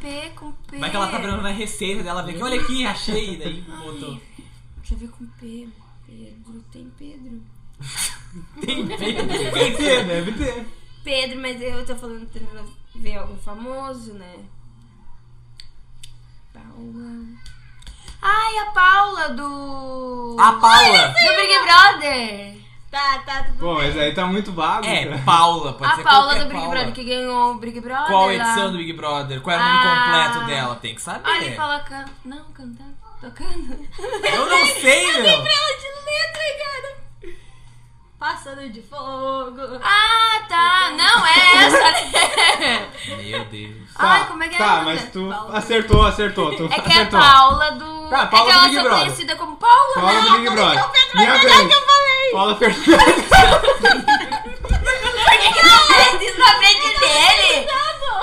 Speaker 5: P com P.
Speaker 3: Vai que ela tá vendo na receita dela, vê que olha aqui, achei, e daí botou.
Speaker 5: Deixa eu ver com P. Pedro, tem Pedro.
Speaker 3: Tem
Speaker 1: Deve ter,
Speaker 3: Pedro.
Speaker 1: deve ter.
Speaker 5: Pedro, mas eu tô falando que ela ver algum famoso, né? Paula. Ai, a Paula do.
Speaker 3: A Paula.
Speaker 5: Do Big Brother!
Speaker 4: Tá, tá, tudo
Speaker 1: Bom, mas aí tá muito vago.
Speaker 3: É,
Speaker 1: cara.
Speaker 3: Paula, pode
Speaker 5: a
Speaker 3: ser
Speaker 5: Paula
Speaker 3: qualquer
Speaker 5: do Big
Speaker 3: Paula.
Speaker 5: Brother, que ganhou o Big Brother.
Speaker 3: Qual a
Speaker 5: lá.
Speaker 3: edição do Big Brother? Qual é o nome
Speaker 5: Ah.
Speaker 3: completo dela? Tem que saber.
Speaker 5: Olha, ele fala can... Não, cantando. Tocando.
Speaker 3: Eu não sei, meu.
Speaker 5: Ela de letra, cara.
Speaker 4: Passando de fogo.
Speaker 5: Ah, tá. Não é essa, né?
Speaker 3: Meu Deus.
Speaker 1: Tá,
Speaker 5: Ai, como é que é
Speaker 1: Tá,
Speaker 5: ela,
Speaker 1: mas
Speaker 5: né?
Speaker 1: tu
Speaker 4: Paula.
Speaker 1: acertou, acertou. Tu
Speaker 5: É que é a
Speaker 1: acertou.
Speaker 5: Paula do.
Speaker 1: Ah, Paula
Speaker 5: é
Speaker 1: do
Speaker 5: que ela
Speaker 1: Big
Speaker 5: só
Speaker 1: Brother.
Speaker 5: conhecida como Paula,
Speaker 1: Paula
Speaker 5: né?
Speaker 1: do Big Brother.
Speaker 4: o Pedro
Speaker 1: Minha
Speaker 5: é
Speaker 4: vai
Speaker 1: vez.
Speaker 4: que eu falei.
Speaker 1: Paula Fernandes.
Speaker 5: Por que, que ela fez isso na
Speaker 4: tá
Speaker 5: frente dele?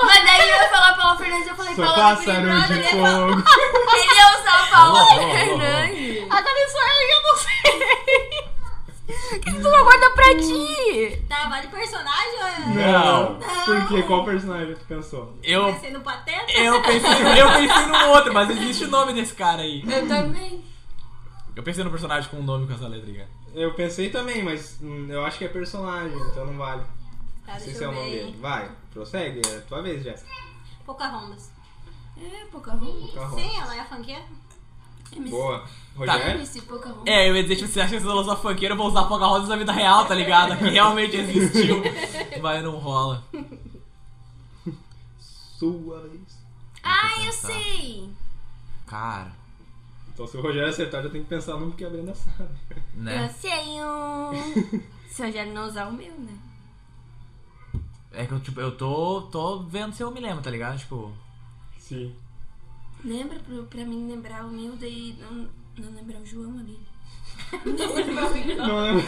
Speaker 5: Mas daí eu ia falar Paula Fernandes, eu falei
Speaker 1: Sou
Speaker 5: Paula do Big
Speaker 1: pássaro
Speaker 5: Brother,
Speaker 1: de
Speaker 5: ele ia falar-
Speaker 1: fogo.
Speaker 5: ele ia usar Paula
Speaker 3: Alô, alô, alô.
Speaker 5: Fernandes.
Speaker 4: Agora sou eu e tá eu não sei.
Speaker 5: O que que tu não guardou pra ti?
Speaker 4: Tá, vale personagem ou é?
Speaker 1: Não. Por quê? Qual personagem tu pensou?
Speaker 3: Eu,
Speaker 4: Pensei no Pateta?
Speaker 5: é
Speaker 3: eu, pensei, eu pensei no outro, mas existe o nome desse cara aí.
Speaker 5: Eu também.
Speaker 3: Eu pensei no personagem com um nome com essa letra aí. cara.
Speaker 1: Eu pensei também, mas hum, eu acho que é personagem, então não vale.
Speaker 4: Tá,
Speaker 1: Não sei
Speaker 4: deixa
Speaker 1: se é
Speaker 4: eu
Speaker 1: o nome
Speaker 4: ver.
Speaker 1: dele. Vai, prossegue, é a tua vez, Jéssica.
Speaker 4: Pocahontas.
Speaker 5: É, Pocahontas.
Speaker 1: Pocahontas.
Speaker 4: Sim, ela é a funkeira.
Speaker 1: Boa. Rogério?
Speaker 5: MC Pocahontas.
Speaker 3: É, eu ia dizer, tipo, você acha que você lançou funkeiro, eu vou usar Pocahontas na vida real, tá ligado? Que realmente existiu. Mas não rola.
Speaker 1: Sua vez.
Speaker 5: Ah, eu
Speaker 1: É.
Speaker 5: sei.
Speaker 3: Cara,
Speaker 1: Então se o Rogério acertar, eu tenho que pensar num porque a Brenda sabe.
Speaker 5: Eu
Speaker 3: né?
Speaker 5: sei é um. Se eu já não usar o meu, né?
Speaker 3: É que eu, tipo, eu tô, tô vendo se eu me lembro, tá ligado? Tipo,
Speaker 1: Sim.
Speaker 5: Lembra pro, pra mim lembrar o meu, daí não, não lembrar o João ali.
Speaker 1: Não, é não.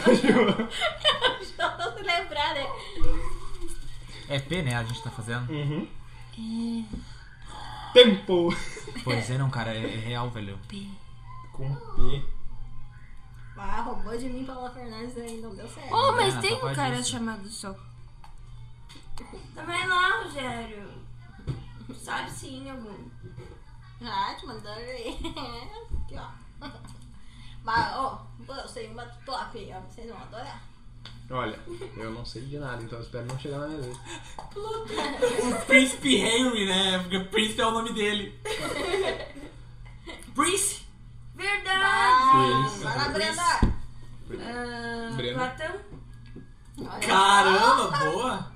Speaker 4: Só não se lembrar, né?
Speaker 3: é P, né? A gente tá fazendo.
Speaker 1: Uhum.
Speaker 5: É.
Speaker 1: Tempo.
Speaker 3: Pois é, não, cara, é, é real, velho.
Speaker 1: Com P.
Speaker 4: Ah, roubou de mim Paula Fernandes aí, não deu certo.
Speaker 5: Oh, mas
Speaker 3: Ah,
Speaker 5: tem
Speaker 3: só
Speaker 5: um
Speaker 3: pode
Speaker 5: cara
Speaker 3: isso.
Speaker 5: chamado só. Também lá, Rogério. Sabe sim algum.
Speaker 4: Ah, te mandaram aí. Aqui, ó. Mas, ó, eu sei uma top, ó, vocês vão adorar.
Speaker 1: Olha, eu não sei de nada, então eu espero não chegar na minha vez.
Speaker 3: O Príncipe Henry, né? Porque Príncipe é o nome dele. Prince?
Speaker 5: Verdade!
Speaker 4: Vai,
Speaker 1: isso,
Speaker 4: vai lá,
Speaker 1: que
Speaker 4: Brenda.
Speaker 5: Ah,
Speaker 1: Breno.
Speaker 5: Platão?
Speaker 4: Olha
Speaker 1: Ah,
Speaker 3: Caramba, boa!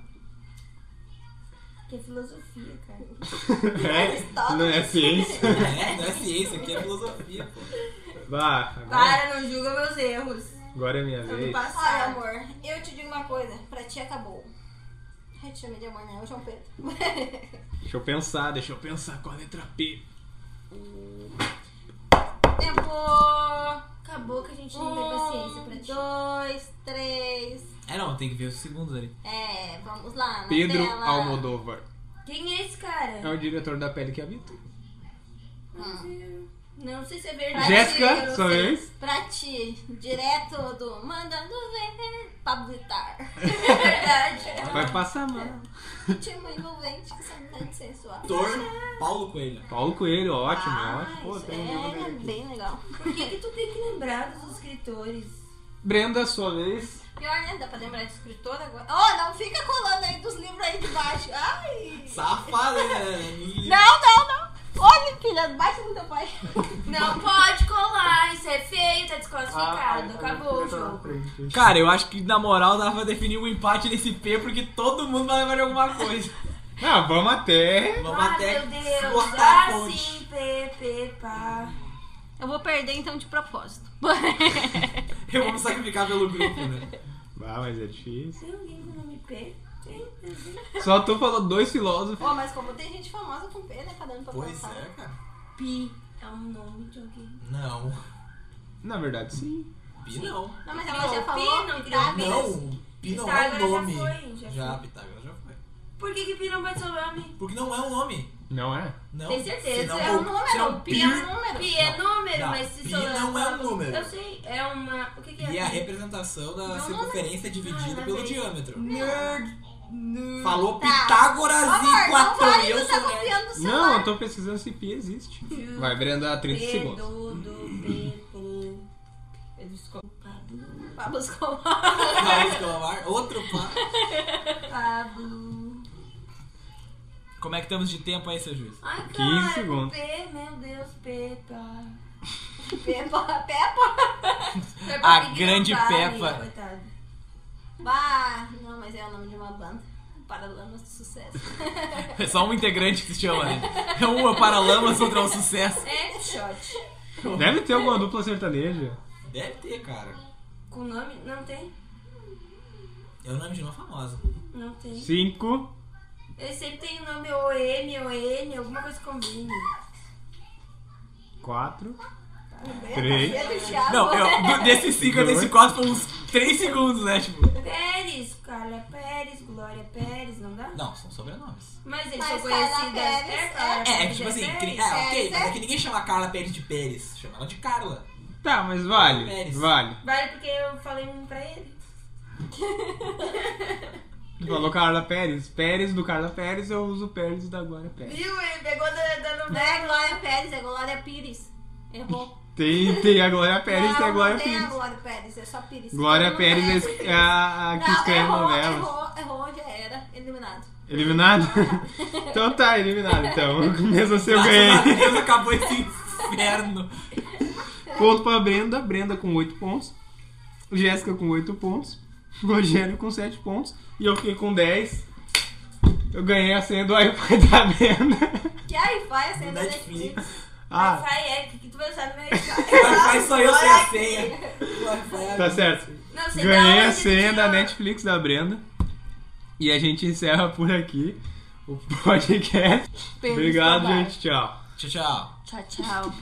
Speaker 5: Que é filosofia, cara.
Speaker 1: É, não é ciência.
Speaker 3: É, não é ciência, aqui é filosofia, pô.
Speaker 1: Vá, agora,
Speaker 5: Para, não julga meus erros.
Speaker 1: agora é minha
Speaker 5: Ano
Speaker 1: vez.
Speaker 4: só.
Speaker 5: passado.
Speaker 4: Olha, amor, eu te digo uma coisa, pra ti acabou. Eu te chamei de amor, né? Eu chamo Pedro.
Speaker 1: Deixa eu pensar, deixa eu pensar com a letra P.
Speaker 4: Tempo!
Speaker 5: Acabou que a gente não tem paciência pra
Speaker 4: Um,
Speaker 5: ti.
Speaker 4: dois, três.
Speaker 3: É não, tem que ver os segundos ali.
Speaker 4: É, vamos lá. Na
Speaker 1: Pedro
Speaker 4: tela.
Speaker 1: Almodóvar.
Speaker 5: Quem é esse
Speaker 1: É
Speaker 5: cara?
Speaker 1: o diretor da pele que habita.
Speaker 5: Ah. Não sei se é verdade.
Speaker 1: Jéssica,
Speaker 4: Sim,
Speaker 1: sua
Speaker 4: Ah. sim.
Speaker 1: vez.
Speaker 4: Pra ti, direto do Mandando Ver, Pablo Vittar.
Speaker 5: É verdade.
Speaker 1: Vai passar mal.
Speaker 4: Tinha envolvente que sabe sensual.
Speaker 3: Ator Paulo Coelho.
Speaker 1: Paulo Coelho, ótimo, ótimo. Pô, tem um nome
Speaker 4: Ah, É,
Speaker 5: né?
Speaker 1: dele.
Speaker 4: bem legal.
Speaker 5: Por que, que tu tem que lembrar dos escritores?
Speaker 1: Brenda, sua vez.
Speaker 4: Pior, né? Dá pra lembrar de escritor agora. Oh, não fica colando aí dos livros aí de baixo. Ai!
Speaker 3: Safado,
Speaker 4: Não,
Speaker 3: né?
Speaker 4: não, não. Olha, filha, baixa do teu pai.
Speaker 5: Não pode colar, isso é feio, tá
Speaker 3: Ah,
Speaker 5: desclassificado. Acabou o jogo.
Speaker 3: Cara, eu acho que na moral dava pra definir um empate nesse P porque todo mundo vai levar de alguma coisa.
Speaker 1: Ah, vamos até.
Speaker 3: Vamos
Speaker 5: Ah,
Speaker 3: até
Speaker 5: meu Deus.
Speaker 3: cortar a
Speaker 5: Ah,
Speaker 3: ponte.
Speaker 5: sim, Pepe, pá.
Speaker 4: Eu vou perder então de propósito.
Speaker 3: Eu vou me sacrificar pelo grupo, né?
Speaker 1: Ah, mas é difícil.
Speaker 5: Tem alguém com o nome P? Tem, né? tem.
Speaker 1: Só tu falou dois filósofos.
Speaker 4: Ó, mas como tem gente famosa com P, né? Cada um pra
Speaker 3: Pois
Speaker 4: pensar.
Speaker 3: é, cara.
Speaker 5: Pi é um nome de alguém.
Speaker 3: Não.
Speaker 1: Na verdade, sim.
Speaker 3: Pi não.
Speaker 4: Não, mas ela já
Speaker 5: Pi
Speaker 4: falou
Speaker 5: não
Speaker 4: que
Speaker 5: tem.
Speaker 4: grávidas.
Speaker 3: Não, Pi não é um
Speaker 5: Pitágoras já
Speaker 3: nome.
Speaker 5: foi, já foi.
Speaker 3: Pitágoras já foi.
Speaker 5: Por que, que Pi não pode ser o nome?
Speaker 3: Porque não é um nome.
Speaker 1: Não é?
Speaker 3: Não.
Speaker 4: Tem certeza,
Speaker 3: Senão
Speaker 4: é um
Speaker 3: o-
Speaker 4: número.
Speaker 3: senão
Speaker 4: Pi é um número.
Speaker 5: Pi é
Speaker 3: Não,
Speaker 5: número,
Speaker 3: não,
Speaker 5: mas se
Speaker 3: pi
Speaker 5: sou-
Speaker 3: não é um número.
Speaker 5: Eu sei, é uma. O que, que é?
Speaker 3: E é a representação da
Speaker 4: Não,
Speaker 3: circunferência dividida
Speaker 5: Ah,
Speaker 3: pelo
Speaker 5: mas-
Speaker 3: diâmetro.
Speaker 5: Nerd.
Speaker 3: Falou
Speaker 4: Tá.
Speaker 3: Pitágoras
Speaker 4: Amor,
Speaker 3: e
Speaker 4: não
Speaker 3: quatro
Speaker 4: vale,
Speaker 3: eu
Speaker 4: tu tá
Speaker 3: sou nerd.
Speaker 4: confiando no
Speaker 1: Não,
Speaker 4: celular.
Speaker 1: eu tô pesquisando se pi existe. Vai, Brenda, 30 segundos.
Speaker 5: Pedro, Pedro. Pedro Escobar.
Speaker 4: Pablo Escobar.
Speaker 3: Pablo Escobar, Outro pá.
Speaker 5: Pablo.
Speaker 3: Como é que estamos de tempo aí, seu juiz?
Speaker 5: Ai,
Speaker 1: 15
Speaker 5: cara,
Speaker 1: segundos.
Speaker 5: P, meu Deus, Pepa. é
Speaker 4: Peppa. Peppa.
Speaker 5: Peppa
Speaker 3: A
Speaker 5: Pig
Speaker 3: grande é
Speaker 5: não vale,
Speaker 3: Peppa.
Speaker 5: coitada.
Speaker 4: Bah, não, mas é o nome de uma banda. Paralamas do sucesso.
Speaker 3: É só um integrante que se chama, né? É um paralamas, outro é um sucesso.
Speaker 5: Headshot.
Speaker 1: Deve ter alguma dupla sertaneja.
Speaker 3: Deve ter, cara.
Speaker 5: Com nome? Não tem?
Speaker 3: É o nome de uma famosa.
Speaker 5: Não tem.
Speaker 1: Cinco.
Speaker 5: Ele sempre tem o nome ou M ou N, alguma coisa né? que combine.
Speaker 1: Quatro.
Speaker 5: Tá
Speaker 4: Peppa,
Speaker 1: Três.
Speaker 4: Pedro e Thiago.
Speaker 3: Não, eu, do- desses cinco, eu desse quatro foi uns três segundos, né? Tipo.
Speaker 5: Pérez, Carla Pérez, Glória Pérez, não dá?
Speaker 3: Não, são sobrenomes.
Speaker 5: Mas eles
Speaker 4: Mas
Speaker 5: são
Speaker 4: Carla
Speaker 5: conhecidas.
Speaker 4: Pérez
Speaker 5: é, Carla
Speaker 4: é-
Speaker 3: É, é que
Speaker 5: Pérez
Speaker 3: tipo assim, que
Speaker 5: Pérez.
Speaker 3: nem- ah, ok,
Speaker 4: Pérez,
Speaker 3: mas é
Speaker 4: é.
Speaker 3: que ninguém chama a Carla Pérez de Pérez, chama ela de Carla.
Speaker 1: Tá, mas vale.
Speaker 3: Pérez.
Speaker 1: Vale.
Speaker 5: Vale porque eu falei um pra ele.
Speaker 1: Tu
Speaker 4: Uhum.
Speaker 1: falou Carla Pérez. Pérez do Carla Pérez, eu uso Pérez da Glória Pérez.
Speaker 5: Viu? Ele pegou da, da
Speaker 4: Não é Glória Pérez, é Glória Pires. Errou.
Speaker 1: Tem, tem a Glória Pérez, tem a
Speaker 4: não,
Speaker 1: Glória
Speaker 4: não tem a
Speaker 1: Pires.
Speaker 4: Glória Pérez, é só Pires.
Speaker 1: Glória
Speaker 4: Não
Speaker 1: Pérez
Speaker 4: é.
Speaker 1: é a, a que
Speaker 4: Não, é
Speaker 1: escreve
Speaker 4: errou,
Speaker 1: novelas.
Speaker 4: errou, errou, já era. Eliminado.
Speaker 1: Eliminado? então tá, eliminado. Então, mesmo assim eu
Speaker 3: Graças a
Speaker 1: ganhei.
Speaker 3: Deus, acabou esse inferno.
Speaker 1: Ponto pra Brenda. Brenda com 8 pontos. Jéssica com 8 pontos. Rogério com 7 pontos. E eu fiquei com 10. Eu ganhei a senha do iPad da Brenda.
Speaker 4: Que aí faz sendo
Speaker 3: Netflix.
Speaker 1: Ah,
Speaker 5: Wi-Fi é que tu vai usar no meu Wi-Fi.
Speaker 3: O Wi-Fi só eu sem a senha. O Wi-Fi é
Speaker 1: tá
Speaker 3: a-
Speaker 1: certo.
Speaker 5: Não sei
Speaker 1: Ganhei
Speaker 5: da
Speaker 1: a
Speaker 5: onde
Speaker 1: senha da
Speaker 5: tirou.
Speaker 1: Netflix da Brenda. E a gente encerra por aqui o podcast.
Speaker 5: Pedro
Speaker 1: Obrigado,
Speaker 5: Escobar.
Speaker 1: gente. Tchau.
Speaker 3: Tchau, tchau.
Speaker 5: Tchau, tchau.